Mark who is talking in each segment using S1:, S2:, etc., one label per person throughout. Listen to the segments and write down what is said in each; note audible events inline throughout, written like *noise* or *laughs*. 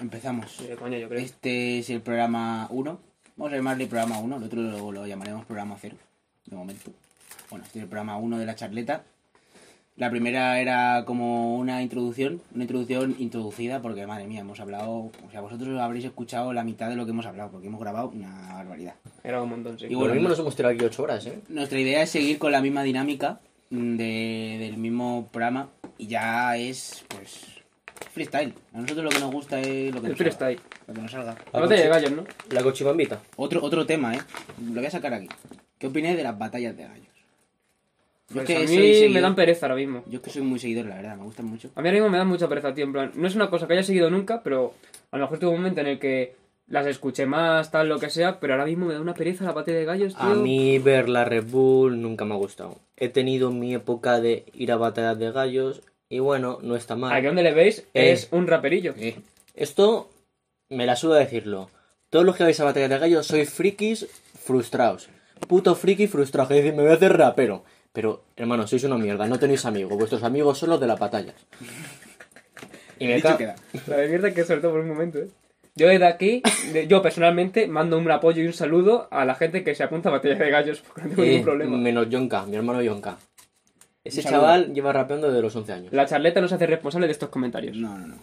S1: empezamos.
S2: Ni de coña, yo creo.
S1: Este es el programa 1. Vamos a llamarle programa 1, el otro lo, lo llamaremos programa 0, de momento. Bueno, este es el programa 1 de la charleta. La primera era como una introducción, una introducción introducida, porque madre mía, hemos hablado, o sea, vosotros habréis escuchado la mitad de lo que hemos hablado, porque hemos grabado una barbaridad.
S2: Era un montón, sí.
S1: Y
S3: Lo
S1: bueno,
S3: mismo nos hemos tirado aquí ocho horas, ¿eh?
S1: Nuestra idea es seguir con la misma dinámica mm, de- del mismo programa y ya es, pues, freestyle. A nosotros lo que nos gusta es lo que,
S2: El
S1: nos,
S2: freestyle.
S1: Salga, lo que nos salga.
S3: La
S2: No te
S3: cochi-
S2: llega ayer, ¿no?
S3: La cochimambita.
S1: Otro, otro tema, ¿eh? Lo voy a sacar aquí. ¿Qué opináis de las batallas de gallos? Yo
S2: Pues
S1: es que
S2: a mí
S1: soy
S2: me
S1: seguidor-
S2: dan pereza ahora mismo.
S1: Yo es que soy muy seguidor, la verdad, me gustan mucho.
S2: A mí ahora mismo me dan mucha pereza, tío. En plan, no es una cosa que haya seguido nunca, pero a lo mejor tuve un momento en el que las escuché más, tal, lo que sea, pero ahora mismo me da una pereza la pate de gallos, tío.
S3: A mí ver la Red Bull nunca me ha gustado. He tenido mi época de ir a batallas de gallos y bueno, no está mal.
S2: Aquí donde le veis
S3: Eh.
S2: es un raperillo.
S1: Eh,
S3: Esto me la suda decirlo. Todos los que vais a batallas de gallos sois frikis frustrados. Puto friki frustrado. Que dice, me voy a hacer rapero. Pero, hermano, sois una mierda. No tenéis amigos. Vuestros amigos son los de las batallas. Y me,
S1: dicho
S3: ca- *laughs*
S1: queda.
S2: La de mierda que soltó por un momento, eh. Yo desde aquí, de- yo personalmente, mando un apoyo y un saludo a la gente que se apunta a batallas de gallos, *laughs* porque no tengo
S3: Eh,
S2: ningún problema.
S3: Menos Jonka, mi hermano Jonka. Ese
S1: Un saludo.
S3: chaval lleva rapeando desde los 11 años.
S2: La charleta no se hace responsable de estos comentarios.
S1: No, no, no.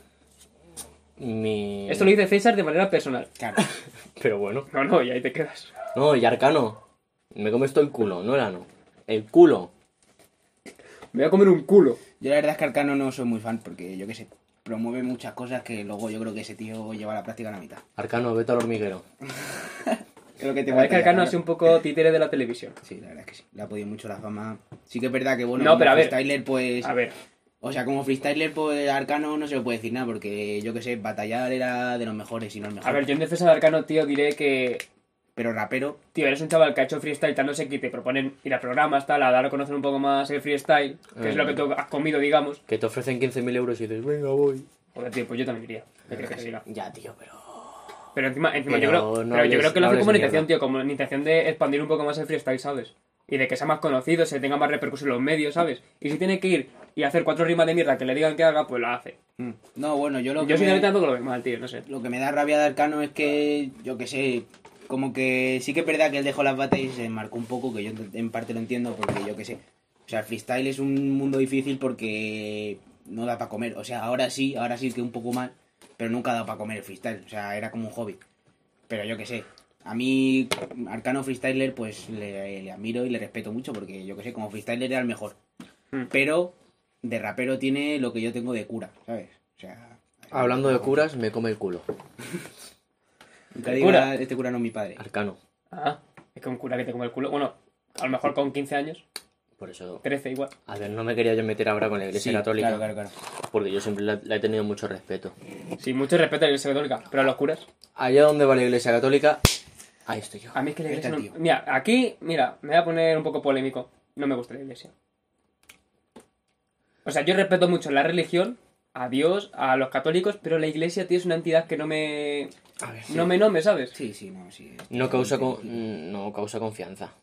S3: Mi...
S2: Esto lo dice César de manera personal.
S1: Claro.
S3: Pero bueno.
S2: No, no, y ahí te quedas.
S3: No, y Arcano. Me comes todo el culo, no el ano. El culo.
S2: Me voy a comer un culo.
S1: Yo la verdad es que Arcano no soy muy fan porque yo que sé, promueve muchas cosas que luego yo creo que ese tío lleva a la práctica a la mitad.
S3: Arcano, vete al hormiguero.
S1: Creo que
S2: La verdad es
S1: te
S2: que
S1: faltaría,
S2: Arcano
S1: claro.
S2: ha sido un poco títere de la televisión.
S1: Sí, la verdad es que sí. Le ha podido mucho la fama. Sí que es verdad que bueno,
S2: No,
S1: como
S2: pero a ver.
S1: freestyler pues
S2: A ver,
S1: O sea, como freestyler pues Arcano no se lo puede decir nada porque yo que sé, batallar era de los mejores y no el mejor.
S2: a ver, yo en defensa de Arcano, tío, diré que.
S1: Pero rapero,
S2: Tío, eres un chaval que ha hecho freestyle, tal, no sé qué, y te proponen ir a programas, tal, a dar a conocer un poco más el freestyle, que es
S3: Eh.
S2: lo que tú has comido, digamos.
S3: Que te ofrecen 15.000 euros y dices, venga, voy.
S2: Joder, tío, pues yo también iría. ¿Qué crees que te diga?
S3: Ya, tío, pero...
S2: Pero encima, encima
S3: Pero
S2: yo creo,
S3: no
S2: pero yo
S3: hables-
S2: creo que lo hace como
S3: no hables
S2: una
S3: mierda.
S2: intención, tío, como una intención de expandir un poco más el freestyle, ¿sabes? Y de que sea más conocido, se tenga más repercusión en los medios, ¿sabes? Y si tiene que ir y hacer cuatro rimas de mierda que le digan que haga, pues la hace.
S1: mm, no, bueno, yo lo
S2: Yo
S1: que me-
S2: sinceramente tampoco lo veo mal, tío, no sé.
S1: lo que me da rabia de Arcano es que, yo que sé, como que sí que es verdad que él dejó las batas y se marcó un poco, que yo en parte lo entiendo, porque yo que sé. O sea, el freestyle es un mundo difícil porque no da para comer. O sea, ahora sí, ahora sí que un poco mal, pero nunca da para comer el freestyle. O sea, era como un hobby. Pero yo que sé. A mí, Arcano Freestyler, pues le, le admiro y le respeto mucho porque yo que sé, como freestyler era el mejor.
S2: Mm.
S1: Pero de rapero tiene lo que yo tengo de cura, ¿sabes? O sea.
S3: Hablando de curas, me come el culo.
S1: Nunca
S2: ¿El
S1: diga,
S2: cura?
S1: este cura no es mi padre.
S3: Arcano.
S2: Ah, es que un cura que te come el culo. Bueno, a lo mejor con 15 años,
S3: Por eso...
S2: 13 igual.
S3: A ver, no me quería yo meter ahora con la iglesia
S1: Sí,
S3: católica.
S1: Claro, claro, claro.
S3: Porque yo siempre la, la he tenido mucho respeto.
S2: Sí, mucho respeto a la iglesia católica, pero a los curas.
S3: Allá donde va la iglesia católica... Ahí estoy yo.
S2: A mí es que la iglesia.
S1: Vete,
S2: no-
S1: tío.
S2: Mira, aquí, mira, me voy a poner un poco polémico. No me gusta la iglesia. O sea, yo respeto mucho la religión, a Dios, a los católicos, pero la iglesia, tío, es una entidad que no me.
S3: A ver,
S2: No me nome, ¿sabes?
S1: Sí, sí, no, sí. es
S3: No causa, con-
S1: totalmente-
S3: no causa confianza.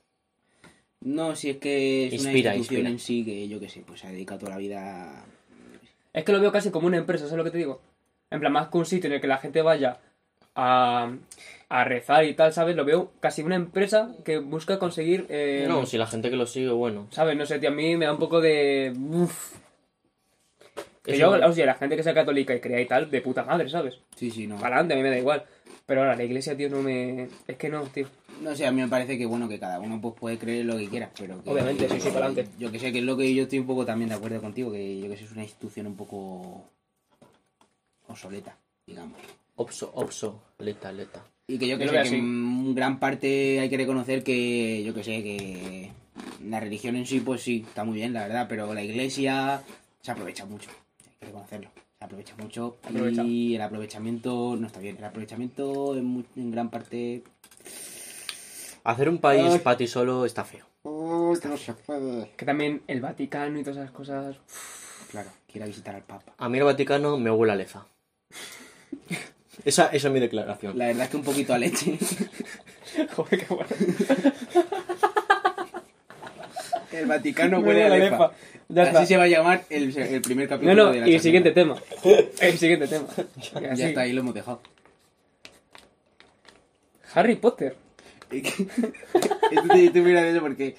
S1: No, sí, es que es
S3: Inspira,
S1: una institución
S3: inspira.
S1: en sí que yo qué sé, pues se ha dedicado toda la vida. a-
S2: Es que lo veo casi como una empresa, ¿sabes lo que te digo? En plan, más que un sitio en el que la gente vaya a, a rezar y tal, ¿sabes? Lo veo casi una empresa que busca conseguir. eh,
S3: No, si la gente que lo sigue, bueno.
S2: ¿Sabes? No sé, tío, a mí me da un poco de. Uf. Que
S3: Eso-
S2: yo, o sea, la gente que sea católica y crea y tal, de puta madre, ¿sabes?
S1: Sí, sí, no.
S2: Para adelante, a mí me da igual. Pero ahora, la iglesia, tío, no me. Es que no, tío.
S1: No sé, a mí me parece que bueno, que cada uno pues puede creer lo que quiera, pero que.
S2: Obviamente, sí, sí, para adelante.
S1: Yo que sé, que es lo que yo estoy un poco también de acuerdo contigo, que yo que sé, es una institución un poco. obsoleta, digamos.
S3: Opso, opso, leta, leta.
S1: Y que yo que
S2: Yo lo
S1: sé,
S2: veo
S1: que
S2: así.
S1: en gran parte hay que reconocer que, yo que sé, que la religión en sí, pues sí, está muy bien, la verdad, pero la iglesia se aprovecha mucho, hay que reconocerlo. Se aprovecha mucho
S2: Aprovecha.
S1: y el aprovechamiento no está bien. El aprovechamiento en, mu- en gran parte...
S3: Hacer un país
S1: Ay.
S3: para ti solo está feo.
S1: no se puede.
S2: Que también el Vaticano y todas esas cosas.
S1: Claro, quiera visitar al Papa.
S3: A mí el Vaticano me huele
S1: *laughs*
S3: a lefa. esa, esa es mi declaración.
S1: La verdad es que un poquito
S2: *laughs*
S1: a leche.
S2: *laughs* Joder, qué bueno.
S1: El Vaticano *laughs*
S2: Me huele a lefa. Ya está.
S1: Así se va a llamar el, el primer
S2: No,
S1: capítulo
S2: no,
S1: de la
S2: y el
S1: chaqueta.
S2: siguiente tema. El siguiente tema.
S1: *laughs* Ya
S2: Así.
S1: está, ahí lo hemos dejado.
S2: Harry Potter.
S1: *laughs* Esto te, te mira eso porque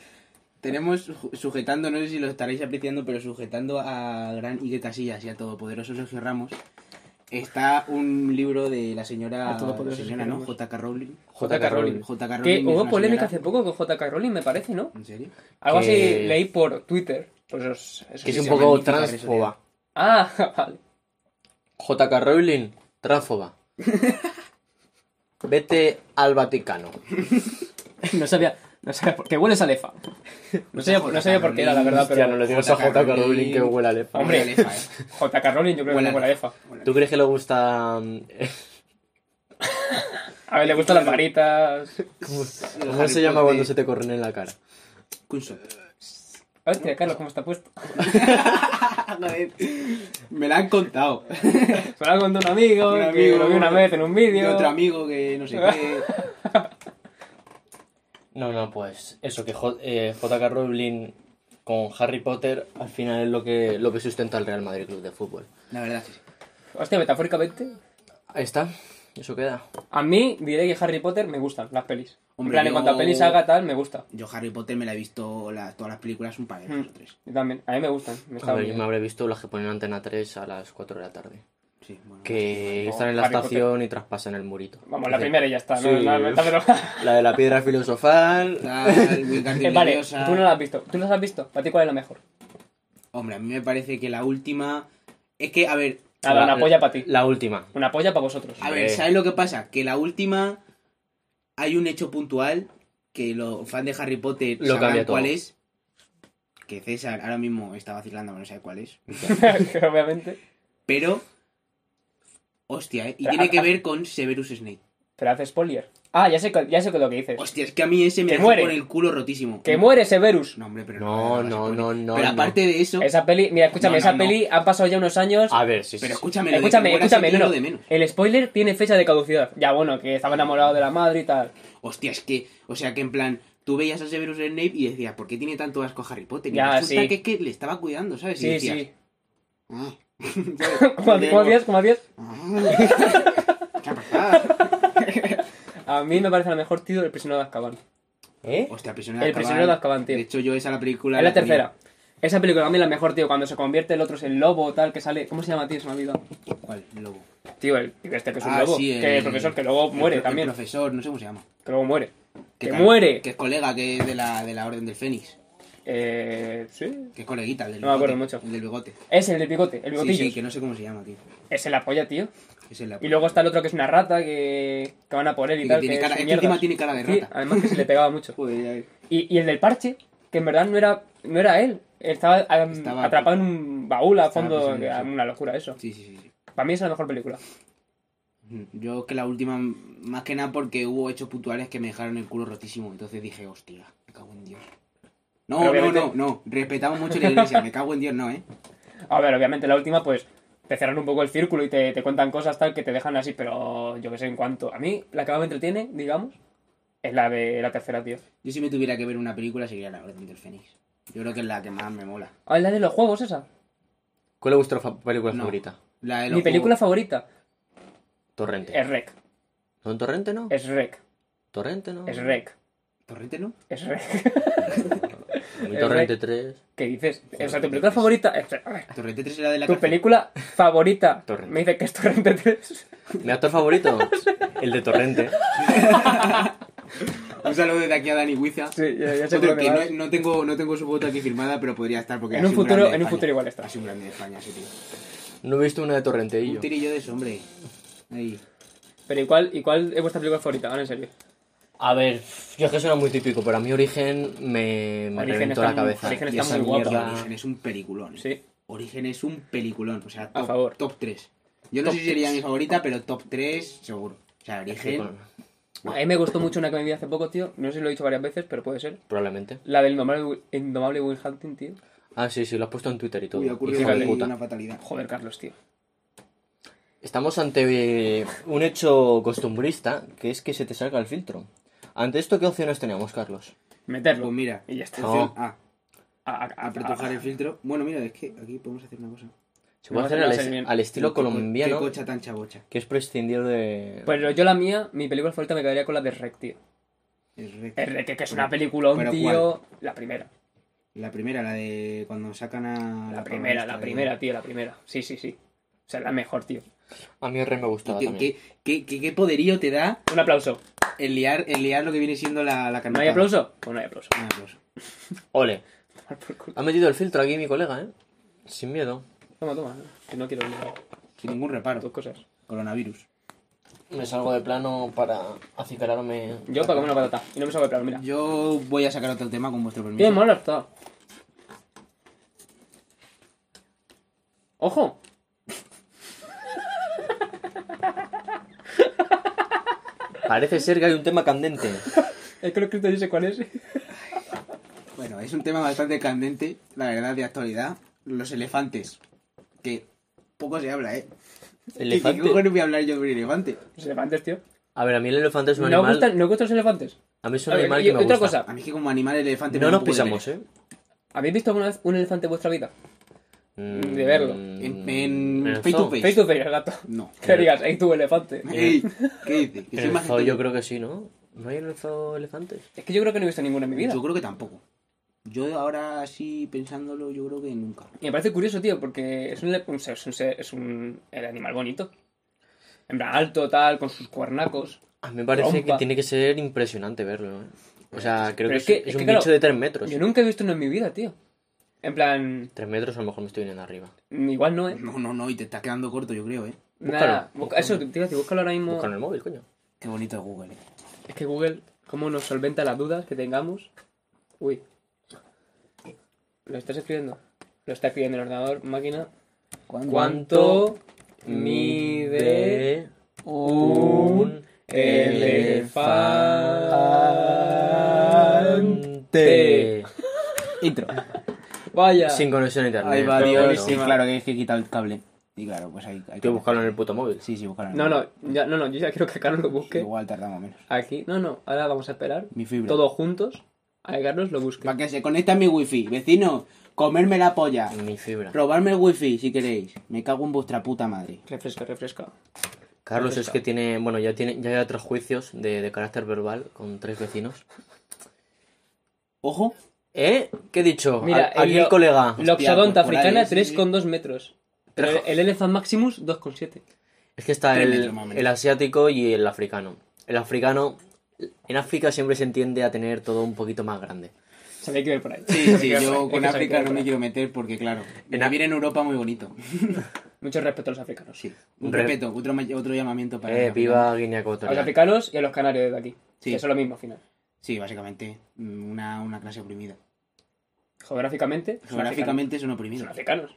S1: tenemos ju- sujetando, no sé si lo estaréis apreciando, pero sujetando a Gran Ige Casillas y a Todopoderoso Sergio Ramos está un libro de la señora,
S2: A Todopoderoso
S1: la señora,
S2: Sergio
S1: ¿no?
S2: Ramos.
S1: J.K. Rowling.
S2: J.K. Rowling.
S1: J.K. Rowling.
S2: Que
S1: es
S2: hubo
S1: una
S2: polémica hace
S1: señora-
S2: poco con J.K. Rowling, me parece, ¿no?
S1: ¿En serio?
S2: Algo
S3: Que-
S2: así leí por Twitter. Pues esos- esos
S3: Que es
S2: sí
S3: un
S2: se
S3: poco
S1: magnífica
S3: transfoba.
S2: Ah, *laughs* vale.
S3: JK Rowling,
S1: *laughs*
S3: transfoba. Vete al Vaticano.
S2: No sabía, no sabía por qué hueles a lefa. No sabía, no sabía por qué era, la verdad,
S3: Hostia, no
S2: pero...
S3: le digas a
S1: J.K.
S3: JK Rowling que
S1: Rowling.
S3: huele a lefa.
S2: Hombre.
S1: Huele a lefa, ¿eh?
S2: J.K. Rowling yo creo que no
S1: Huele a
S2: huele a
S1: lefa.
S2: lefa.
S1: Huele a
S3: ¿Tú crees que le gusta... mm,
S2: A ver, le gustan las varitas... *laughs*
S1: lefa.
S3: ¿Cómo se llama cuando se te corren en la cara?
S1: Kunso.
S2: Hostia, Carlos, ¿cómo está puesto?
S1: Joder, Ah, eh. Me la
S2: *laughs*
S1: han contado.
S2: Se lo ha contado un amigo,
S1: Un
S2: que
S1: amigo, eh,
S2: lo vi una vez en un
S1: De
S2: vídeo...
S1: otro amigo que no sé
S2: *laughs*
S1: qué.
S3: No, no, pues eso, que J- eh, JK Rowling con Harry Potter al final es lo que, lo que sustenta el Real Madrid Club de Fútbol.
S1: La verdad es que sí.
S2: Hostia, metafóricamente...
S3: Ahí está, eso queda.
S2: A mí diré que Harry Potter me gustan las pelis.
S1: Hombre,
S2: en plan, en
S1: yo-
S2: cuanto a pelis haga tal, me gusta.
S1: Yo Harry Potter me la he visto la- todas las películas un par de veces o tres.
S2: Yo también, a mí me gustan. Me
S3: A
S2: está
S3: ver, yo
S2: bien.
S3: me habré visto las que ponen Antena 3 a las 4 de la tarde.
S1: Sí, bueno.
S3: Que
S2: No,
S3: están en la
S2: Harry
S3: estación y traspasan el murito.
S2: Vamos, la
S3: Sí.
S2: primera y ya está. ¿no?
S3: Sí.
S2: No, no, no, pero- *laughs*
S3: La de la piedra filosofal.
S1: Tal,
S3: *laughs*
S1: Wingardium
S2: Eh, vale,
S1: Leviosa.
S2: tú no la has visto. ¿Tú las has visto? ¿Para ti cuál es la mejor?
S1: Hombre, a mí me parece que la última. Es que, a ver,
S2: Nada,
S3: La-
S2: una polla para ti.
S3: La última.
S2: Una polla para vosotros. *laughs*
S1: a
S3: Hombre.
S1: ver, ¿sabes lo que pasa? Que la última. Hay un hecho puntual que los fans de Harry Potter
S3: Lo cambia
S1: sabrán
S3: todo.
S1: cuál es. Que César ahora mismo está vacilando, no sabe cuál es.
S2: Que Obviamente.
S1: Pero. Hostia, ¿eh? Y
S2: Pero,
S1: tiene
S2: a-
S1: que
S2: a-
S1: ver con Severus Snape.
S2: Pero hace spoiler. Ah, ya sé, cu- ya sé lo que dices.
S1: Hostia, es que a mí ese me
S2: Que
S1: dejó
S2: muere.
S1: con el culo rotísimo.
S2: Que muere Severus.
S1: No, hombre, pero
S3: No,
S1: me hagas
S3: no,
S1: spoiler.
S3: no, no,
S1: Pero
S3: no.
S1: aparte de eso.
S2: Esa peli, mira, escúchame,
S1: No, no,
S2: esa
S1: no.
S2: peli han pasado ya unos años.
S3: A ver, sí, sí.
S1: Pero
S3: sí.
S1: escúchame, lo de que
S2: escúchame,
S1: muera
S2: escúchame,
S1: siempre
S2: no,
S1: es
S2: no.
S1: lo de menos.
S2: El spoiler tiene fecha de caducidad. Ya bueno, que estaba enamorado de la madre y tal.
S1: Hostia, es que, o sea, que en plan, tú veías a Severus Snape y decías, ¿por qué tiene tanto asco a Harry Potter? Y
S2: Ya,
S1: resulta
S2: sí.
S1: que, es que le estaba cuidando, ¿sabes? y
S2: Sí, *laughs*
S1: decías,
S2: sí.
S1: "Ah".
S2: ¿Cómo cómo hacías? ¿Cómo
S1: *laughs*
S2: hacías?
S1: Ah. ¿Qué ha pasado?
S2: A mí me parece la mejor, tío, El prisionero de Azkaban.
S3: ¿Eh?
S1: Hostia, prisionero
S2: El prisionero de Azkaban, tío.
S1: De hecho, yo esa la película.
S2: es la
S1: tenía.
S2: tercera. Esa película a mí es la mejor, tío, cuando se convierte el otro es el lobo tal, que sale... ¿Cómo se llama, tío? Es una vida.
S1: ¿Cuál? El lobo.
S2: Tío, el tío este que es un
S1: Ah,
S2: lobo.
S1: sí, el-
S2: Que el profesor que luego
S1: El
S2: muere
S1: pro- el
S2: también.
S1: profesor, no sé cómo se llama.
S2: Que luego muere. Que,
S1: tal-
S2: muere.
S1: Que es colega que es de la, de la Orden del Fénix.
S2: Eh, sí.
S1: Que es coleguita, el del
S2: No me acuerdo
S1: bigote,
S2: mucho.
S1: El del bigote.
S2: Es el del bigote, el
S1: Sí,
S2: bigotillo.
S1: sí, que no sé cómo se llama, tío.
S2: Es el apoya, tío.
S1: Es el
S2: Y luego está el otro que es una rata que, que van a por él y,
S1: Y que
S2: tal.
S1: tiene
S2: es
S1: cara-
S2: un
S1: es que encima
S2: mierdas.
S1: tiene cara de
S2: Sí, ah,
S1: rata.
S2: además que
S1: *laughs*
S2: se le pegaba mucho.
S1: Joder, ya ves.
S2: Y, y el del parche, que en verdad no era, no era él. Estaba, um,
S1: Estaba-
S2: atrapado en un baúl a
S1: Estaba pues
S2: fondo.
S1: prisionero,
S2: era
S1: sí.
S2: Una locura eso.
S1: Sí, sí, sí. sí.
S2: Para mí es la mejor película.
S1: Yo es que la última, más que nada porque hubo hechos puntuales que me dejaron el culo rotísimo. Entonces dije, hostia, me cago en Dios.
S2: Pero
S1: No, no, no,
S2: obviamente-
S1: no. Respetamos mucho la iglesia, me cago en Dios, no, ¿eh?
S2: A ver, obviamente la última, pues te cerran un poco el círculo y te, te cuentan cosas tal que te dejan así, pero yo que sé, en cuanto a mí, la que más me entretiene, digamos, es la de la tercera, tío.
S1: Yo si me tuviera que ver una película sería La Orden del Fénix. Yo creo que es la que más me mola.
S2: Ah, la de los juegos, esa.
S3: ¿Cuál es vuestra fa- película
S1: No.
S3: favorita?
S1: La de los
S2: Mi película
S1: juegos-
S2: favorita
S3: Torrente.
S2: es Rec.
S3: ¿No en Torrente no?
S2: Es Rec.
S3: Torrente no.
S2: Es Rec.
S1: ¿Torrente no?
S2: Es Rec. *laughs*
S3: Mi
S2: es
S3: Torrente 3.
S2: ¿Qué dices? O sea, tu
S1: Torrente
S2: película
S1: tres.
S2: favorita. es- a ver,
S1: ¿Torrente 3 era de la
S2: Tu
S1: cárcel?
S2: película favorita.
S3: Torrente.
S2: Me dice que es Torrente 3.
S3: ¿Mi actor favorito? El de Torrente.
S1: Un saludo desde aquí a Dani
S2: *laughs*
S1: Huiza.
S2: Sí, ya, ya sé por
S1: Otro
S2: dónde
S1: que
S2: vas.
S1: no, no tengo, no tengo su foto aquí firmada, pero podría estar porque...
S2: En
S1: ha
S2: un
S1: sido
S2: futuro-
S1: grande de
S2: en un
S1: España.
S2: futuro igual está.
S1: Ha sido un grande de España, sí, tío.
S3: No he visto una de Torrente y yo.
S1: Un tirillo de eso, hombre. Ahí.
S2: Pero ¿y cuál, ¿y cuál es vuestra película favorita? Ahora en serio.
S3: A ver, yo es que suena muy típico, pero a mí Origen me, me
S2: Origen está
S3: reventó la
S2: muy-
S3: cabeza.
S2: Origen
S3: Y
S2: está
S3: esa
S2: muy guapa.
S3: mierda-
S1: Origen es un peliculón. ¿eh?
S2: Sí.
S1: Origen es un peliculón, o sea,
S2: A
S1: top,
S2: favor.
S1: top 3. Yo no
S2: Top
S1: sé si sería
S2: tres.
S1: mi favorita, pero top 3 seguro. O sea, Origen,
S2: A mí me gustó mucho una que me vi hace poco, tío. No sé si lo he dicho varias veces, pero puede ser.
S3: Probablemente.
S2: La del indomable, Will- indomable Will Hunting, tío.
S3: Ah, sí, sí, lo has puesto en Twitter y todo.
S1: uy, ha
S3: Hijo
S1: ocurrido
S3: de
S1: ahí
S3: puta.
S1: una fatalidad.
S2: Joder, Carlos, tío.
S3: Estamos ante eh, un hecho costumbrista, que es que se te salga el filtro. Ante esto, ¿qué opciones tenemos, Carlos?
S2: Meterlo.
S1: Pues mira,
S2: Y ya está.
S3: No.
S1: Ah,
S2: a, a- a-
S1: Apretujar el filtro. Bueno, mira, es que aquí podemos hacer una cosa.
S3: Se puede
S2: No,
S3: hacer
S2: no
S3: al,
S2: sé
S3: es-
S2: bien.
S3: al estilo
S1: Qué co-
S3: colombiano,
S1: Qué cocha tan chabocha.
S3: que es prescindir de...
S2: Pero Pues yo la mía, mi película favorita me quedaría con la de Rec, tío.
S1: Es re-
S2: El Rec, que es una película, un
S1: ¿Pero
S2: tío. La primera.
S1: La primera, la de cuando sacan a.
S2: La,
S3: este
S2: primera, la
S1: protagonista ¿eh? de-
S2: primera, tío, la primera. Sí, sí, sí. O sea, la mejor, tío.
S3: A mí el rey me gustaba
S1: ¿Qué,
S3: también.
S1: qué, qué- qué- qué poderío te da
S2: Un aplauso.
S1: el liar, el liar lo que viene siendo la, la
S2: ¿No hay
S1: canetada?
S2: aplauso? Pues no hay aplauso. *laughs*
S1: No hay aplauso.
S3: Ole,
S2: Tomar por culo.
S3: ha metido el filtro aquí mi colega, ¿eh? Sin miedo.
S2: Toma, toma. Que no quiero olvidar
S1: Sin ningún
S2: dos
S1: reparo.
S2: cosas.
S1: Coronavirus.
S3: Me salgo de plano para acicalarme.
S2: Yo para comer una patata. Y no me sabe claro, mira.
S1: Yo voy a sacar otro tema con vuestro permiso.
S2: Bien, malo está. ¡Ojo!
S3: Parece ser que hay un tema candente.
S2: Es *laughs* que lo he escrito yo sé cuál es. *laughs*
S1: Bueno, es un tema bastante candente, la verdad, de actualidad. Los elefantes. Que poco se habla, ¿eh? ¿Qué
S3: Elefante.
S1: cojones voy a hablar yo de un elefante?
S2: Los elefantes, tío.
S3: A ver, a mí el elefante es un
S2: ¿No os
S3: animal...
S2: gustan, ¿no os gustan los elefantes?
S3: A mí es un
S2: A ver,
S3: animal
S2: y-
S3: que me
S2: otra
S3: gusta.
S2: cosa.
S1: A mí es que como animal el elefante... me
S3: No
S1: da
S3: nos
S1: un poco de
S3: pisamos,
S1: pereza.
S3: ¿eh?
S2: ¿Habéis visto alguna vez un elefante en vuestra vida?
S3: Mm,
S2: De verlo.
S1: En- en
S3: el
S1: face to
S3: zoo.
S1: face.
S2: Face to face, el gato.
S1: No.
S2: Que digas, ahí tu elefante.
S1: Ey, ¿Qué dices? Que
S3: En
S1: soy
S3: el
S1: más
S3: zoo
S1: que tú.
S3: yo creo que sí, ¿no? ¿No hay en el zoo elefantes?
S2: Es que yo creo que no he visto ninguno en mi vida.
S1: Yo creo que tampoco. Yo ahora sí pensándolo, yo creo que nunca.
S2: Y me parece curioso, tío, porque es un, ele- un ser- es un ser- es un- el animal bonito. En plan, alto, tal, con sus cuernacos.
S3: A mí me parece
S2: Trompa.
S3: que tiene que ser impresionante verlo, ¿eh? O sea,
S2: Pero
S3: creo que
S2: es
S3: es,
S2: que-
S3: es
S2: es
S3: un
S2: que, claro,
S3: bicho de 3 metros.
S2: Yo nunca he visto uno en mi vida, tío. En plan,
S3: 3 metros a lo mejor me estoy viniendo arriba.
S2: igual no, ¿eh?
S1: No, no, no, y te estás quedando corto, yo creo, ¿eh?
S2: Nada,
S3: Búscalo,
S2: busca- eso, te iba a decir, búscalo ahora mismo.
S3: Con el móvil, coño.
S1: Qué bonito es Google, ¿eh?
S2: Es que Google, ¿cómo nos solventa las dudas que tengamos? Uy. ¿Lo estás escribiendo? Lo está escribiendo el ordenador, máquina. ¿Cuánto mide
S3: Mide
S2: un elefante?
S3: elefante.
S1: Intro.
S2: Vaya.
S3: Sin conexión a internet.
S1: Ahí va,
S3: pero
S1: Dios.
S3: bueno.
S1: Sí, claro, que hay que quitar el cable. Y claro, pues hay, hay
S3: Hay que buscarlo en el puto móvil.
S1: Sí, sí, buscarlo.
S2: No, no, ya, no, no, yo ya quiero que Carlos lo busque.
S1: Igual tardamos menos.
S2: Aquí, no, no, ahora vamos a esperar.
S1: Mi fibra.
S2: Todos juntos. A que Carlos lo busque.
S1: Para que se conecte a mi wifi. Vecino, comerme la polla.
S3: Mi fibra.
S1: Robarme el wifi si queréis. Me cago en vuestra puta madre.
S2: Refresca, refresca.
S3: Carlos es que tiene, bueno, ya tiene, ya hay otros juicios de, de carácter verbal con tres vecinos.
S1: Ojo.
S3: ¿Eh? ¿Qué he dicho?
S2: Mira,
S3: Al- aquí
S2: el
S3: el
S2: lo-
S3: colega.
S2: Loxodonta
S1: pues por ahí,
S2: africana,
S1: sí,
S2: 3,2 metros. Pero el, el Elephant Maximus, 2,7.
S3: Es que está
S1: Tres
S3: el,
S1: metros, más o menos.
S3: el asiático y el africano. El africano, en África siempre se entiende a tener todo un poquito más grande.
S2: Se me que ir por ahí. *laughs*
S1: Sí, sí,
S2: Es que
S1: yo con
S2: se hay que
S1: África
S2: ir
S1: no
S2: por
S1: me
S2: ahí.
S1: quiero meter porque, claro,
S3: En
S1: en
S3: Af-
S1: en Europa muy bonito.
S2: Mucho respeto a los africanos.
S1: Sí. Un
S3: Re-
S1: respeto, otro, ma- otro llamamiento para...
S3: Eh,
S1: los
S3: viva Guinea
S2: A los
S3: Ecuatorial.
S2: africanos y a los canarios desde aquí.
S1: Sí.
S2: Que son lo mismo al final.
S1: africanos. Sí, básicamente, mm, una, una clase oprimida.
S2: Geográficamente, son
S1: Geográficamente son
S2: africanos.
S1: oprimidos.
S2: Son africanos.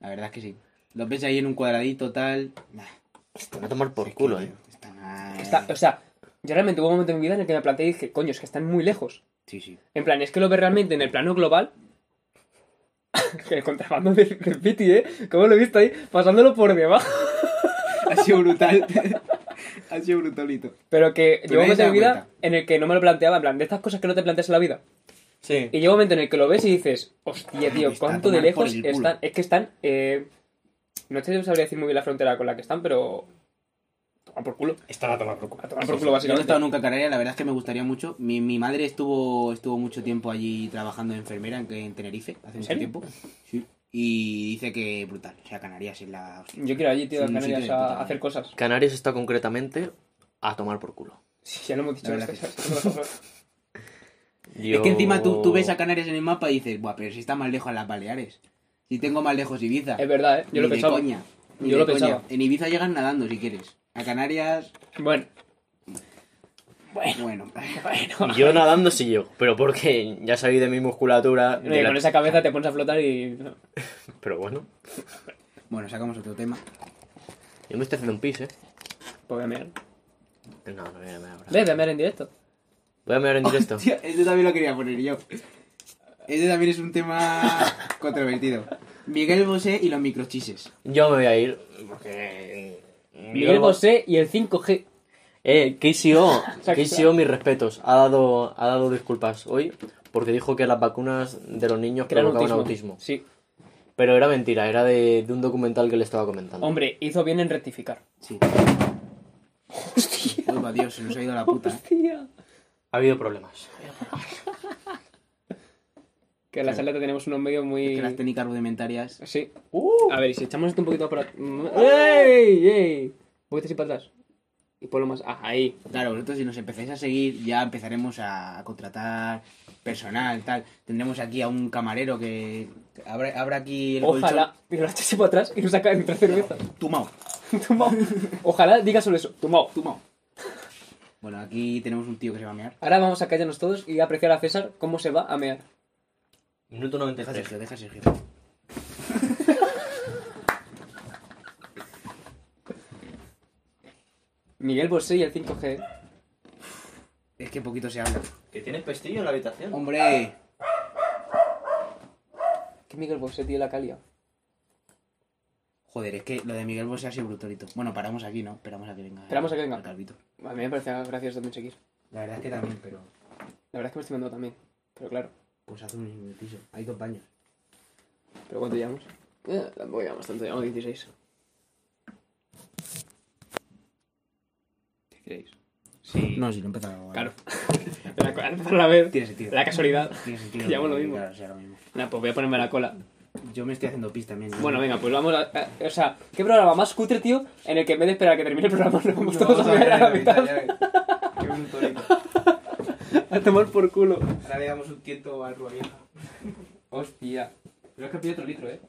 S1: La verdad es que sí. Los ves ahí en un cuadradito tal... nah,
S3: Están a tomar por
S1: es que,
S3: culo,
S1: tío,
S3: eh.
S1: están-
S2: Está- o sea, yo realmente hubo un momento en mi vida en el que me planteé y dije, coño, es que están muy lejos.
S1: Sí, sí. *laughs*
S2: En plan, es que lo ves realmente en el plano global. *laughs* que el contrabando de, de Piti, ¿eh? ¿Cómo lo he visto ahí? Pasándolo por debajo.
S1: Ha sido brutal. *laughs* ha sido brutalito.
S2: Pero que
S1: Pero
S2: llegó un
S1: nadie
S2: momento
S1: se
S2: en mi
S1: da
S2: vida
S1: cuenta.
S2: en el que no me lo planteaba. En plan, de estas cosas que no te planteas en la vida.
S3: Sí.
S2: Y llega un momento en el que lo ves y dices, hostia, tío,
S1: Está a
S2: cuánto de
S1: tomar por
S2: lejos
S1: el culo.
S2: están. Es que están. eh, no sé si sabría decir muy bien la frontera con la que están, pero. Toma por culo.
S3: Están a tomar por
S2: A
S3: culo.
S2: tomar por culo,
S1: Yo no he
S2: básicamente.
S1: estado nunca en Canarias, la verdad es que me gustaría mucho. Mi, mi madre estuvo estuvo mucho tiempo allí trabajando de enfermera en, en Tenerife, hace mucho
S2: serio?
S1: tiempo. Sí. Y dice que brutal. O sea, Canarias es la. hostia.
S2: Yo quiero ir allí, tío, a
S1: Sí, un sitio
S2: Canarias
S1: de puta
S2: a
S1: madre.
S2: hacer cosas.
S3: Canarias está concretamente a tomar por culo.
S2: Sí, ya lo hemos dicho.
S1: La verdad
S2: es que-
S1: Es que encima tú, tú ves a Canarias en el mapa y dices, Buah, pero si está más lejos las Baleares. Si tengo más lejos Ibiza.
S2: *laughs* Es verdad, ¿eh? Yo lo
S1: Ni de
S2: pensaba.
S1: coña, ni
S2: Yo
S1: de
S2: lo
S1: coña.
S2: pensaba.
S1: En Ibiza llegas nadando si quieres. A Canarias,
S2: Bueno,
S1: bueno. *laughs*
S2: bueno.
S3: Yo nadando sí llego, pero porque ya sabéis de mi musculatura.
S1: Eh,
S2: Oye,
S3: de la-
S2: Eh, Con esa cabeza te pones a flotar y. Pues
S3: Pero bueno,
S1: bueno, sacamos otro tema.
S3: yo me estoy haciendo un pis, eh.
S2: Pues voy a mear.
S3: No, no voy a mear ahora.
S2: Ve, voy a mear en directo.
S3: Voy a
S1: *laughs*
S3: mirar en directo.
S1: Tío, este también lo quería poner yo. Este también es un tema controvertido. Miguel Bosé y los microchises.
S3: Yo me voy a ir porque.
S2: Miguel Bosé y el 5G.
S3: Eh,
S2: *laughs*
S3: KCO,
S2: Exacto.
S3: KCO, mis respetos. Ha dado, ha dado disculpas hoy porque dijo que las vacunas de los niños
S2: Crear
S3: provocaban autismo.
S2: Sí.
S3: Pero era mentira, era de, de un documental que le estaba comentando.
S2: Hombre, hizo bien en rectificar.
S1: Sí. Uy, Dios, se nos ha ido la puta. ¿eh?
S2: Tía.
S3: Ha habido problemas.
S2: Que en la saleta tenemos unos medios muy...
S1: Que las técnicas rudimentarias.
S2: Sí.
S3: Uh,
S2: A ver, y si echamos esto un poquito
S1: *laughs*
S2: para... ¡Ey! ¡Ey! Voy para atrás. Y ponlo más... Ah, ahí.
S1: Claro, vosotros si nos empezáis a seguir, ya empezaremos a contratar personal, tal. Tendremos aquí a un camarero que abra, abra aquí el
S2: Ojalá... Y lo echase para atrás y nos saca entre cerveza.
S1: colchón. Tumao,
S2: Tumbao. *laughs* Ojalá diga solo eso. Tumbao.
S1: tumao. Bueno, aquí tenemos un tío que se va a mear.
S2: Ahora vamos a callarnos todos y apreciar a César cómo se va a mear.
S3: minuto
S1: Deja a
S3: 93.
S1: Sergio, deja a Sergio.
S2: Miguel Bosé y el 5G.
S1: Es que poquito se habla.
S3: ¿Que tienes pestillo en la habitación?
S1: Hombre,
S2: ¿Qué Miguel Bosé, tío, la calia?
S1: joder, es que lo de Miguel Bosé ha sido brutalito. Bueno, paramos aquí, ¿no? Esperamos a que venga.
S2: Esperamos a que venga.
S1: el Calvito.
S2: A mí me parece gracioso también seguir.
S1: La verdad es que también, pero
S2: La verdad es que me estoy mandando también. Pero claro.
S1: pues hace un piso. Hay dos baños.
S2: ¿Pero cuánto llevamos? Eh, tampoco llevamos tanto, llevamos 16. *laughs* 16. Sí.
S1: No, si no empezaba a grabar.
S2: Claro. *laughs* La, al empezar a la vez,
S1: Tiene sentido.
S2: la casualidad.
S1: Tiene
S2: *laughs*
S1: sentido.
S2: Llamo lo mismo.
S1: Claro, sí, ahora mismo.
S2: Nah, pues voy a ponerme la cola.
S1: Yo me estoy haciendo pis también. ¿no?
S2: Bueno, venga, pues vamos a... a- o sea, ¿qué programa más cutre, tío? En el que en vez de esperar a que termine el programa nos vamos todos a ver a la mitad.
S4: Qué bonito, Nico.
S2: A tomar por culo.
S4: Ahora le damos un tiento al Rua Vieja.
S2: Hostia. Pero es que pido otro litro, ¿eh?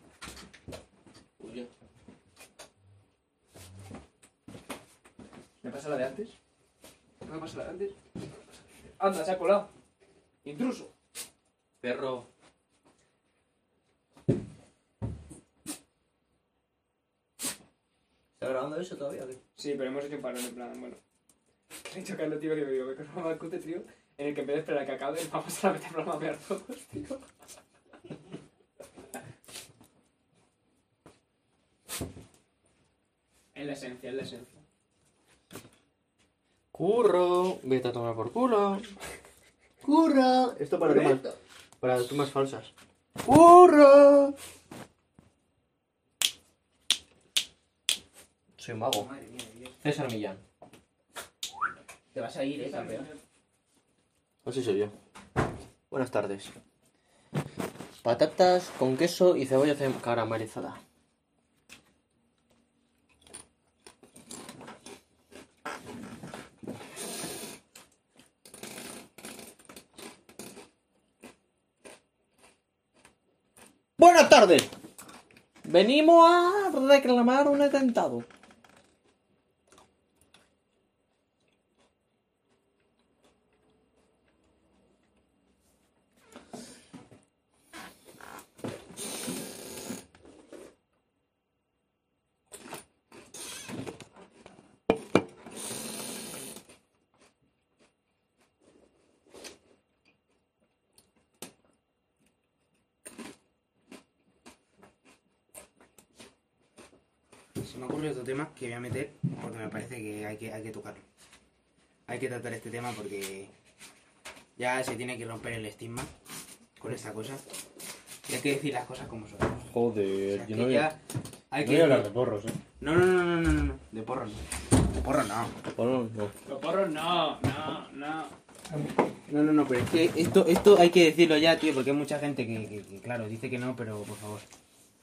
S2: ¿Me pasa la de antes?
S4: ¿No me pasa la de antes?
S2: Anda, se ha colado. Intruso.
S4: Perro.
S3: ¿Está grabando eso todavía?
S2: Sí, pero hemos hecho un parón en plan, bueno. Que he dicho Carlos, tío, digo, digo, que programa más cutre, tío, en el que en vez de esperar a que acabe, vamos a la meta programa a mear todos, tío. Es la esencia, es la esencia.
S3: Curro, vete a tomar por culo. Curro. Esto para tomas, para tomas falsas. Curro. Soy un mago. César Millán.
S1: Te vas a ir, eh, campeón.
S3: Así soy yo. Buenas tardes. Patatas con queso y cebolla cem- caramelizada. Buenas tardes. Venimos a reclamar un atentado.
S1: Se me ha ocurrido otro tema que voy a meter porque me parece que hay que, hay que tocarlo. Hay que tratar este tema porque ya se tiene que romper el estigma con esta cosa. Y hay que decir las cosas como son. O sea,
S3: Joder,
S1: que ya hay que...
S3: porros, eh.
S1: No, no, no, no, no, no, no. De porro no. De porro no.
S3: Porros no.
S2: Los porros no, no, no.
S1: No, no, pues. no, pero es que esto, esto hay que decirlo ya, tío, porque hay mucha gente que, que- que, claro, dice que no, pero por favor.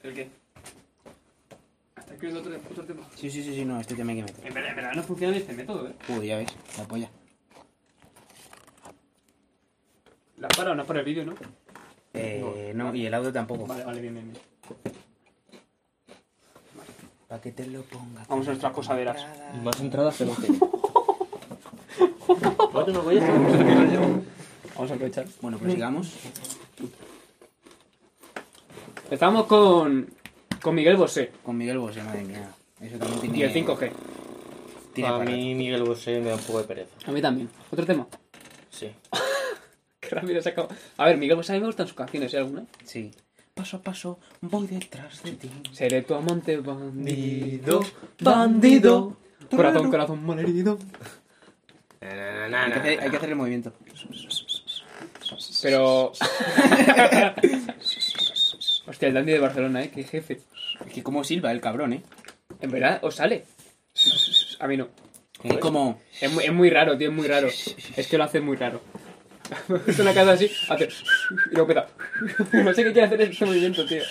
S2: ¿El qué? Hasta que es otro, otro tema.
S1: Sí, sí, sí, sí, no, este tema hay que meter.
S2: En verdad, en verdad no funciona este método, ¿eh?
S1: Uy, ya ves, la polla.
S2: ¿La has parado? No has parado el vídeo, ¿no?
S1: Eh, no, y el audio tampoco.
S2: Vale, vale, bien, bien, bien.
S1: Para que te lo ponga.
S2: Vamos a nuestras cosaderas.
S1: Ah.
S3: Más entradas *laughs* que no tengo. Ponte una huella. *laughs*
S2: Vamos a aprovechar.
S1: Bueno, pues sigamos.
S2: Empezamos con, con Miguel Bosé
S1: Con Miguel Bosé, madre mía. Eso también tiene.
S2: y el 5G.
S1: Tiene
S3: a
S1: para
S3: mí Miguel Bosé me da un poco de pereza.
S2: A mí también. Otro *laughs* tema.
S3: Sí.
S2: Que rápido he sacado. A ver, Miguel Bosé, a mí me gustan sus canciones, ¿eh? ¿Alguna?
S1: Sí. Paso a paso voy detrás de ti.
S2: Seré tu amante bandido,
S3: bandido,
S2: Corazón, corazón malherido.
S3: Na, na, na,
S1: Hay que
S3: na,
S1: hacer,
S3: na.
S1: hay que hacer el movimiento.
S2: Pero. Hostia, el Dandy de Barcelona, ¿eh? Qué jefe.
S1: Es que como silba el cabrón, ¿eh?
S2: En verdad, os sale. A mí no.
S1: Es como...
S2: Es muy, es muy raro, tío, es muy raro. Es que lo hace muy raro. *laughs* Es una casa así, hace. Y luego peta. *laughs* No sé qué quiere hacer ese movimiento, tío.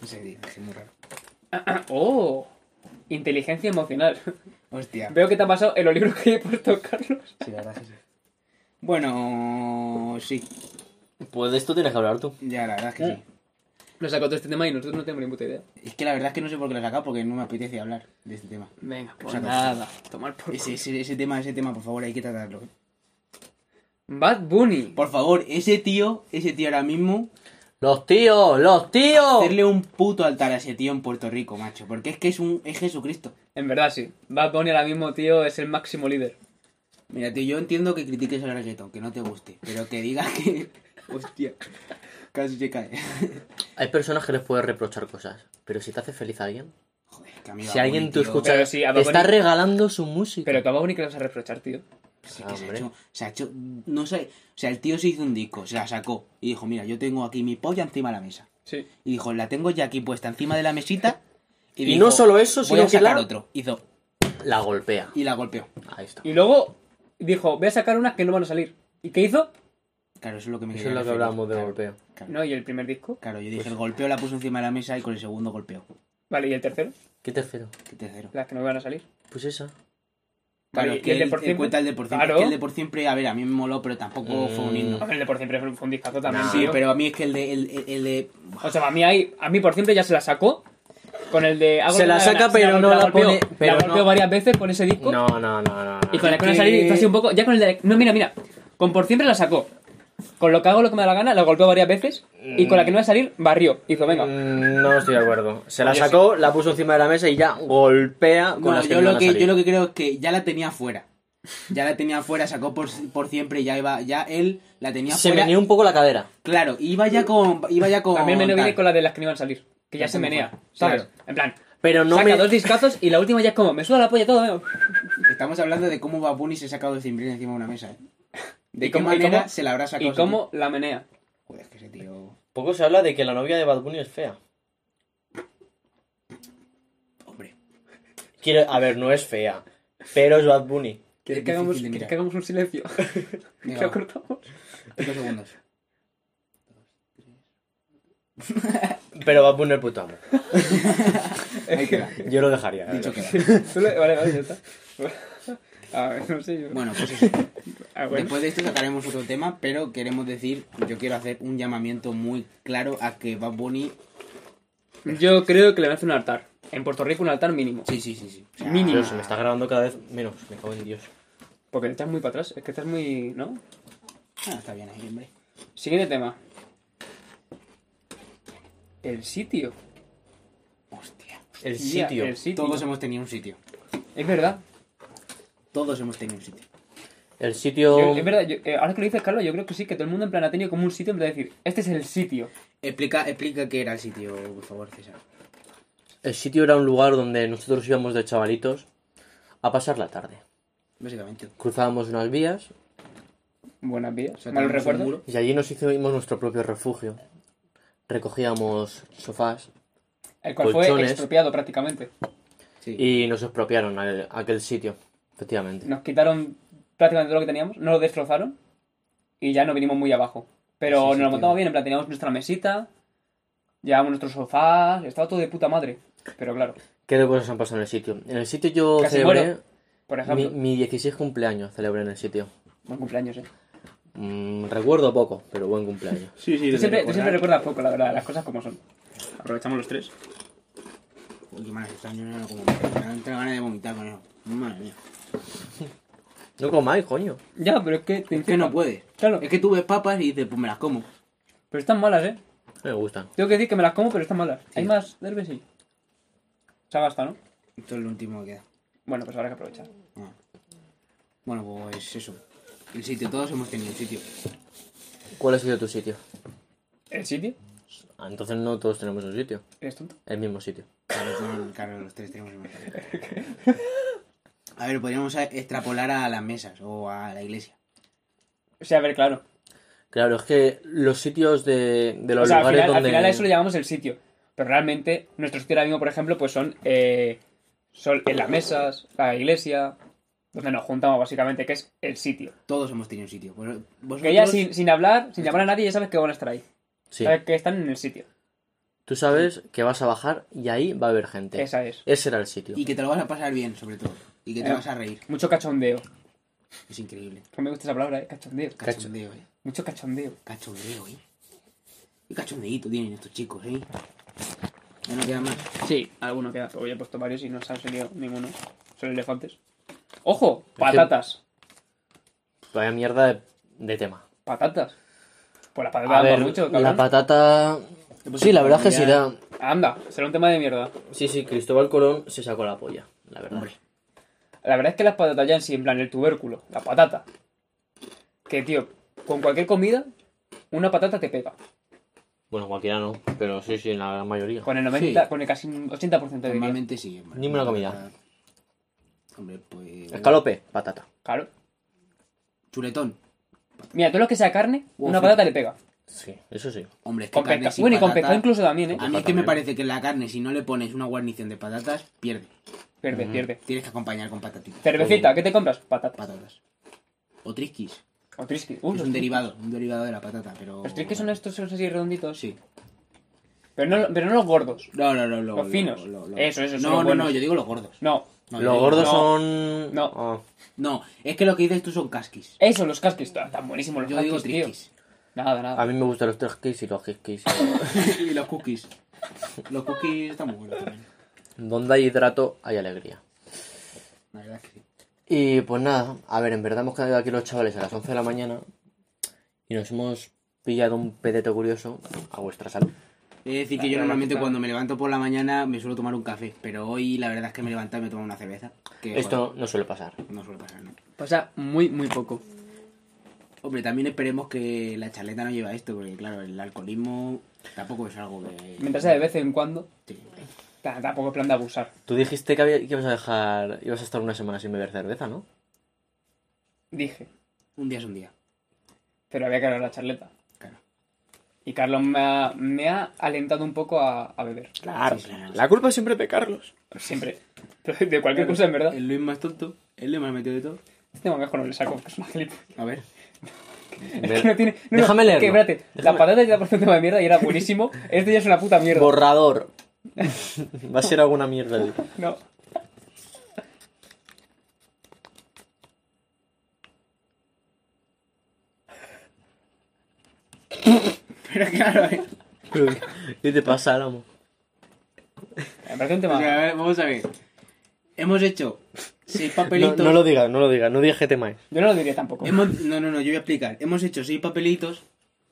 S1: No sé, tío, es muy raro.
S2: ¡Oh! Inteligencia emocional. *laughs*
S1: Hostia.
S2: Veo que te ha pasado en los libros que he puesto, Carlos.
S1: Sí, la verdad que sí. Bueno, sí.
S3: Pues de esto tienes que hablar tú.
S1: Ya, la verdad es que sí.
S2: Nos sacó todo este tema y nosotros no tenemos ni puta idea.
S1: Es que la verdad es que no sé por qué lo he sacado porque no me apetece hablar de este tema.
S2: Venga, pues
S1: Saca.
S2: nada. Tomar por.
S1: Ese, ese, ese tema, ese tema, por favor, hay que tratarlo. ¿eh?
S2: Bad Bunny.
S1: Por favor, ese tío, ese tío ahora mismo,
S3: ¡Los tíos! ¡Los tíos!
S1: hacerle un puto altar a ese tío en Puerto Rico, macho. Porque es que es un es Jesucristo.
S2: En verdad, sí. Bad Bunny ahora mismo, tío, es el máximo líder.
S1: Mira, tío, yo entiendo que critiques el reggaetón, que no te guste, pero que digas que. Hostia, casi se cae.
S3: Hay personas que les puedes reprochar cosas, pero si te hace feliz a alguien,
S1: Joder, que a mí
S3: Si
S1: Bad Bunny,
S3: alguien tú
S1: tío,
S3: escuchas-
S2: Pero sí, a
S3: te
S2: Bad
S3: está
S2: Bunny.
S3: regalando su música.
S2: Pero que a Bad Bunny que le vas a reprochar, tío.
S1: Sí, que se ha
S3: Hombre.
S1: hecho- se ha hecho- No sé. O sea, el tío se hizo un disco, se la sacó y dijo: Mira, yo tengo aquí mi polla encima de la mesa.
S2: Sí.
S1: Y dijo: La tengo ya aquí puesta encima de la
S3: *laughs*
S1: mesita.
S3: Y no solo eso,
S1: voy
S3: sino
S1: a
S3: que
S1: sacar
S3: la-
S1: otro. Hizo.
S3: La golpea.
S1: Y la golpeó.
S3: Ahí está.
S2: Y luego dijo, voy a sacar unas que no van a salir. ¿Y qué hizo?
S1: Claro, eso es lo que me
S3: Eso
S1: quería
S3: es lo que
S1: referir.
S3: hablábamos de Pues-
S1: Claro,
S3: golpeo.
S1: Claro,
S2: No, y el primer disco.
S1: Claro, yo dije: El golpeo la puso encima de la mesa y con el segundo golpeo.
S2: Vale, y el tercero,
S3: ¿Qué tercero?
S1: Que tercero.
S2: las que no van a salir.
S3: Pues esa.
S2: Vale,
S1: Claro,
S2: ¿y
S1: es que
S2: el de
S1: él
S2: por siempre?
S1: cuenta el de por siempre.
S2: Claro.
S1: Es que el de por siempre, a ver, a mí me moló, pero tampoco fue un himno.
S2: Hombre, el de por siempre fue un- fue un discazo también,
S3: No.
S1: Sí,
S2: tío.
S1: pero a mí es que el de. El, el- el de...
S2: O sea, a mí, ahí, a mí por siempre ya se la sacó. Con el de... hago
S3: Se la
S2: una-
S3: saca,
S2: se
S3: pero no la
S2: golpeó.
S3: pone- pero
S2: la golpeó
S3: no.
S2: varias veces con ese disco.
S3: No, no, no, no.
S2: Y con la que no
S3: Es
S2: salió
S3: que-
S2: hizo así un poco... Ya con el de... No, mira, mira. Con por siempre la sacó. Con lo que hago lo que me da la gana, la golpeó varias veces. Y con la que no va a salir, barrió. Hizo, venga.
S3: Mm, No estoy de acuerdo. Se la
S2: Oye,
S3: sacó, la puso encima de la mesa y ya golpea con
S1: No,
S3: las que
S1: yo,
S3: no
S1: lo
S3: van a
S1: que, yo
S3: salir.
S1: lo que creo es que ya la tenía fuera. Ya la tenía fuera, sacó por, por siempre y ya iba. Ya él la tenía
S3: Se
S1: fuera.
S3: meneó un poco la cadera.
S1: Claro, iba ya con. Iba ya con.
S2: También me lo viene
S1: tal.
S2: con la de las que no iban a salir. Que ya se menea, ¿sabes?
S1: Claro.
S2: En plan,
S3: Pero no
S2: saca
S3: me...
S2: dos discazos y la última ya es como, me suda la polla todo. venga.
S1: Estamos hablando de cómo Babuni se ha sacado el cimbril encima de una mesa, ¿eh? ¿De
S2: ¿Y
S1: qué
S2: cómo- y
S1: manera
S2: cómo-
S1: se la habrá sacado?
S2: Y
S1: ese tío?
S2: cómo la menea.
S1: Joder, que ese tío.
S3: Poco se habla de que la novia de Bad Bunny es fea.
S1: Hombre.
S3: Quiero... A ver, no es fea, pero es Bad Bunny.
S2: ¿Quieres
S1: Es
S2: que,
S1: difícil
S2: hagamos,
S1: de
S2: quieres
S1: mirar.
S2: que hagamos un silencio? *laughs*
S1: Venga,
S2: ¿Lo
S1: va.
S2: cortamos?
S1: Cinco segundos.
S3: Pero Bad Bunny es el puto amo.
S1: Ahí queda.
S3: Yo lo dejaría. la
S2: *laughs*
S1: Dicho
S3: verdad.
S1: queda.
S2: Tú le- Vale, vale, ya está. *laughs* A ver, no sé yo.
S1: Bueno, pues eso.
S2: Ah, bueno.
S1: Después de esto sacaremos otro tema, pero queremos decir, yo quiero hacer un llamamiento muy claro a que Bad Bunny...
S2: Yo creo que le van a hacer un altar. En Puerto Rico un altar mínimo.
S1: Sí, sí, sí, sí. O sea,
S2: Mínimo.
S3: Dios, se me está grabando cada vez menos. Me cago en Dios.
S2: Porque estás muy para atrás. Es que estás muy... ¿No?
S1: ah, está bien ahí, hombre.
S2: Siguiente tema. El sitio.
S1: Hostia.
S3: El
S2: Ya,
S3: sitio.
S2: El sitio.
S1: Todos hemos tenido un sitio.
S2: Es verdad.
S1: Todos hemos tenido un sitio.
S3: El sitio...
S1: Oh.
S2: Yo- es verdad, yo- eh, ahora que lo dices, Carlos, yo creo que sí, que todo el mundo en plan ha tenido como un sitio en plan de decir, este es el sitio.
S1: Explica, explica qué era el sitio, por favor, César.
S3: El sitio era un lugar donde nosotros íbamos de chavalitos a pasar la tarde.
S1: Básicamente.
S3: Cruzábamos unas vías
S2: Buenas vías,
S1: sea,
S2: mal
S1: tenemos un
S2: recuerdo.
S1: muro.
S3: y allí nos hicimos nuestro propio refugio. Recogíamos sofás
S2: El cual fue
S3: Colchones.
S2: expropiado prácticamente.
S1: Sí.
S3: y nos expropiaron al- aquel sitio, efectivamente.
S2: Nos quitaron prácticamente todo lo que teníamos, nos lo destrozaron y ya nos vinimos muy abajo.
S1: Sí, sí,
S2: Pero nos
S1: tío.
S2: lo montamos bien, en plan, teníamos nuestra mesita, llevábamos nuestros sofás, estaba todo de puta madre. Pero claro,
S3: ¿Qué de cosas han pasado en el sitio? En el sitio yo
S2: Casi
S3: celebré
S2: muero. por
S3: mi,
S2: ejemplo,
S3: mi 16 cumpleaños, celebré en el sitio.
S2: buen cumpleaños, eh.
S3: Mm, recuerdo poco, pero buen cumpleaños.
S1: Sí, sí,
S2: Tú siempre, tú siempre recuerdas poco, la verdad, las cosas como son. Aprovechamos los tres.
S1: Uy, qué malas están, yo no lo como. Me entra ganas de vomitar con eso. Madre mía.
S3: No comáis, coño.
S2: Ya, pero es que te
S1: Es que no
S2: incitan.
S1: puedes.
S2: Claro,
S1: Es que tú ves papas y dices, pues me las como.
S2: pero están malas, eh.
S3: Me gustan.
S2: Tengo que decir que me las como, pero están malas. Hay más derbes y. Se ha gastado, ¿no?
S1: Esto es lo último que queda.
S2: Bueno, pues habrá que aprovechar.
S1: Ah. Bueno, pues eso. El sitio, todos hemos tenido un sitio.
S3: ¿Cuál ha sido tu sitio?
S2: ¿El sitio?
S3: Ah, entonces no todos tenemos un sitio,
S2: ¿Eres tonto?
S3: el mismo sitio. *laughs*
S1: Claro, claro, los tres tenemos el mismo. A ver, podríamos a- extrapolar a las mesas o a la iglesia.
S2: O sea, a ver, claro.
S3: Claro, es que los sitios de, de los
S2: O sea, al
S3: lugares
S2: final, al
S3: donde.
S2: final a eso lo llamamos el sitio. Pero realmente, nuestro sitio ahora mismo, por ejemplo, pues son, eh, son en las mesas, la iglesia, donde nos juntamos básicamente, que es el sitio.
S1: Todos hemos tenido un sitio. Vos-
S2: Que ya
S1: vosotros-
S2: sin, sin hablar, sin llamar a nadie, ya sabes que van a estar ahí.
S3: Sí.
S2: Sabes que están en el sitio.
S3: Tú sabes que vas a bajar y ahí va a haber gente.
S2: Esa es.
S3: Ese era el sitio.
S1: Y que te lo vas a pasar bien, sobre todo. Y que te
S2: Eh.
S1: vas a reír.
S2: Mucho cachondeo.
S1: Es increíble.
S2: No me gusta esa palabra, ¿eh? Cachondeo.
S1: Cachondeo, eh.
S2: Mucho cachondeo.
S1: Cachondeo, eh. Qué cachondeito tienen estos chicos, eh. Ya no queda más.
S2: Sí, alguno queda. Hoy he puesto varios y no se han salido ninguno. Son elefantes. ¡Ojo!
S3: que-
S2: Patatas.
S3: Vaya mierda de, de tema.
S2: Patatas. Pues las patatas
S3: A ver,
S2: dan mucho,
S3: la
S2: cabrón. Pues
S3: patata.
S1: pues
S3: Sí, la verdad es que sí da.
S2: Anda, será un tema de mierda.
S3: Sí, sí, Cristóbal Colón se sacó la polla, la verdad.
S1: Hombre.
S2: La verdad es que las patatas ya en sí, en plan el tubérculo, la patata. Que, tío, con cualquier comida, una patata te pega.
S3: Bueno, cualquiera no, pero sí, sí, la gran mayoría.
S2: Con el 90,
S1: Sí.
S2: con el casi un 80% de diría.
S1: Normalmente sí. hombre.
S3: Dime una comida.
S1: Hombre, pues.
S3: Escalope, patata.
S2: Claro.
S1: Chuletón.
S2: Mira, todo lo que sea carne,
S1: Huevo
S2: una
S1: frito.
S2: patata le pega.
S3: Sí, eso sí.
S1: Hombre, es que
S2: Con
S1: carne
S2: pescado.
S1: sin
S2: Bueno, y con
S1: patata-
S2: pescado incluso también, ¿eh?
S1: A mí es que me
S3: También.
S1: parece que la carne, si no le pones una guarnición de patatas, pierde.
S2: Pierde, pierde.
S1: Tienes que acompañar con patatitas.
S2: Cervecita, ¿qué te compras? Patata.
S1: Patatas. O trisquis.
S2: O trisky.
S1: que es un derivado, un derivado de la patata, pero.
S2: Los trisky son estos así redonditos.
S1: Sí.
S2: Pero no, pero no los gordos.
S1: No, no, no, lo-
S2: Los
S1: lo-
S2: finos.
S1: lo- lo-
S2: Eso, eso, son
S1: No,
S2: los
S1: no, no,
S2: buenos.
S1: yo digo los gordos.
S2: No.
S1: No, yo
S3: Los
S1: digo-
S3: gordos
S2: no.
S3: son.
S2: No.
S3: Ah.
S1: No, es que lo que dices tú son casquis.
S2: Eso, los casquis. Están tan buenísimos los
S1: Yo digo
S2: casquis, tío.
S1: trisquis.
S2: Nada,
S3: A
S2: nada.
S3: mí me gustan los tres kiss y los kiss.
S1: *laughs* y los cookies. Los cookies están muy buenos también.
S3: Donde hay hidrato, hay alegría.
S1: La verdad es que sí.
S3: Y pues nada, a ver, en verdad hemos quedado aquí los chavales a las 11 de la mañana y nos hemos pillado un pedeto curioso a vuestra salud.
S1: Es decir, que
S2: La
S1: yo
S2: verdad
S1: normalmente
S2: está-
S1: cuando me levanto por la mañana me suelo tomar un café, pero hoy la verdad es que me he levantado y me he tomado una cerveza. Que,
S3: Esto no suele pasar.
S1: joder, no suele pasar, ¿no?
S2: Pasa muy, muy poco.
S1: Hombre, también esperemos que la charleta no lleva esto, porque claro, el alcoholismo tampoco es algo que.
S2: Mientras sea de vez en cuando,
S1: Sí.
S2: ta- tampoco es plan de abusar.
S3: Tú dijiste que, había- que ibas a dejar, ibas a estar una semana sin beber cerveza, ¿no?
S2: Dije,
S1: Un día es un día.
S2: pero había que hablar la charleta.
S1: Claro.
S2: Y Carlos me ha, me ha alentado un poco a, a beber.
S3: Claro,
S1: Sí, sí, sí.
S3: la culpa siempre es de Carlos.
S2: Siempre. De cualquier cosa, en verdad.
S1: El Luis más tonto, el Luis más metido de todo.
S2: Este mejor no le saco, que es una gilip-
S1: A ver. *laughs*
S2: Es que *laughs* no tiene. no, no,
S3: Déjame leerlo.
S2: Que, espérate, la
S3: Déjame-
S2: patata ya por un tema de mierda y era
S3: *laughs*
S2: buenísimo. Este ya es una puta mierda.
S3: Borrador. *laughs* Va a ser alguna mierda. el-
S2: No.
S1: Pero claro, eh.
S3: Pero, ¿Qué te pasa, Álamo?
S2: Me parece un tema.
S1: O sea, a ver, vamos a ver. Hemos hecho seis
S3: *laughs* No,
S1: papelitos.
S3: no lo digas, no lo digas, no digas qué tema es.
S2: Yo no lo diría tampoco.
S1: Hemos- no, no, no, yo voy a explicar. Hemos hecho seis papelitos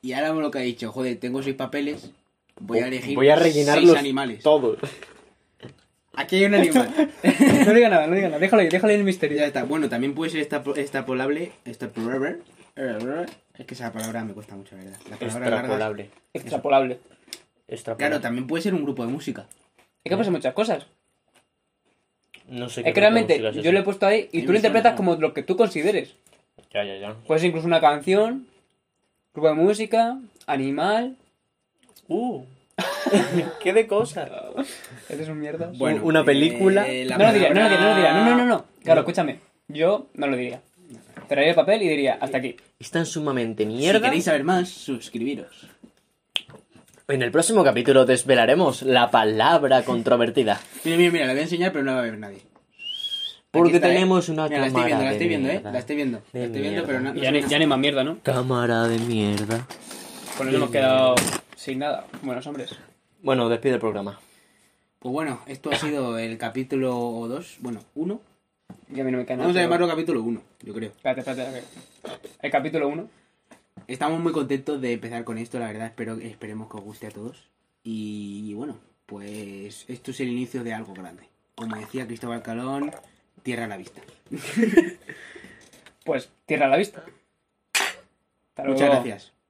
S1: y ahora lo que ha dicho, joder, tengo seis papeles, voy a elegir
S3: Voy a rellenarlos
S1: seis animales.
S3: todos.
S1: Aquí hay un
S3: *laughs*
S1: animal.
S2: *laughs* No diga nada, no diga nada. Déjalo ahí, déjalo ahí el misterio.
S1: ya está. Bueno, también puede ser esta extrapolable, extrapolable. Es que esa palabra me cuesta mucho, la verdad. Las palabras largas.
S3: Extrapolable.
S2: Extrapolable.
S3: Extrapolable.
S1: Claro, también puede ser un grupo de música.
S2: Es que pasan muchas cosas.
S3: No sé
S1: Eh,
S2: Es que
S3: qué
S2: realmente
S3: música es
S2: yo
S3: esa.
S2: lo he puesto ahí y
S1: Sí,
S2: tú lo
S1: me
S2: interpretas
S1: suena.
S2: como lo que tú consideres.
S3: Ya, ya, ya.
S2: Puede ser incluso una canción, grupo de música, animal.
S3: Uh. *laughs* ¡Qué de cosas!
S2: Este es un mierda.
S3: Bueno, una película.
S1: eh, la
S2: no lo diría, no lo
S1: palabra-
S2: diría, no lo diría. No, no, no, no. Claro, escúchame. Yo no lo diría. Traería el papel y diría, hasta aquí.
S3: Están sumamente
S1: Si
S3: mierda.
S1: queréis saber más, suscribiros.
S3: En el próximo capítulo desvelaremos la palabra controvertida.
S1: Mira, mira, mira, la voy a enseñar, pero no la va a ver nadie.
S3: Porque
S1: Aquí está, ¿eh?
S3: tenemos una
S1: Mira,
S3: cámara.
S1: La
S3: de
S1: estoy viendo, la estoy viendo,
S3: mierda.
S1: eh. La estoy viendo.
S3: De
S1: la estoy viendo,
S3: mierda.
S1: pero no. no
S2: Ya
S1: sé
S2: ni,
S1: nada.
S2: ya ni más mierda, ¿no?
S3: Cámara de mierda.
S2: Con eso hemos quedado sin nada. Buenos hombres.
S3: Bueno, despide el programa.
S1: Pues bueno, esto ha sido el capítulo 2, bueno, 1.
S2: Ya a mí no me cae nada.
S1: Vamos a
S2: pero-
S1: llamarlo capítulo 1, yo creo.
S2: Espérate, espérate. espérate. El capítulo 1.
S1: Estamos muy contentos de empezar con esto, la verdad, espero, esperemos que os guste a todos. Y, bueno, pues esto es el inicio de algo grande. Como decía Cristóbal Calón, tierra a la vista.
S2: Pues tierra a la vista. Hasta
S1: Muchas
S2: luego.
S1: gracias.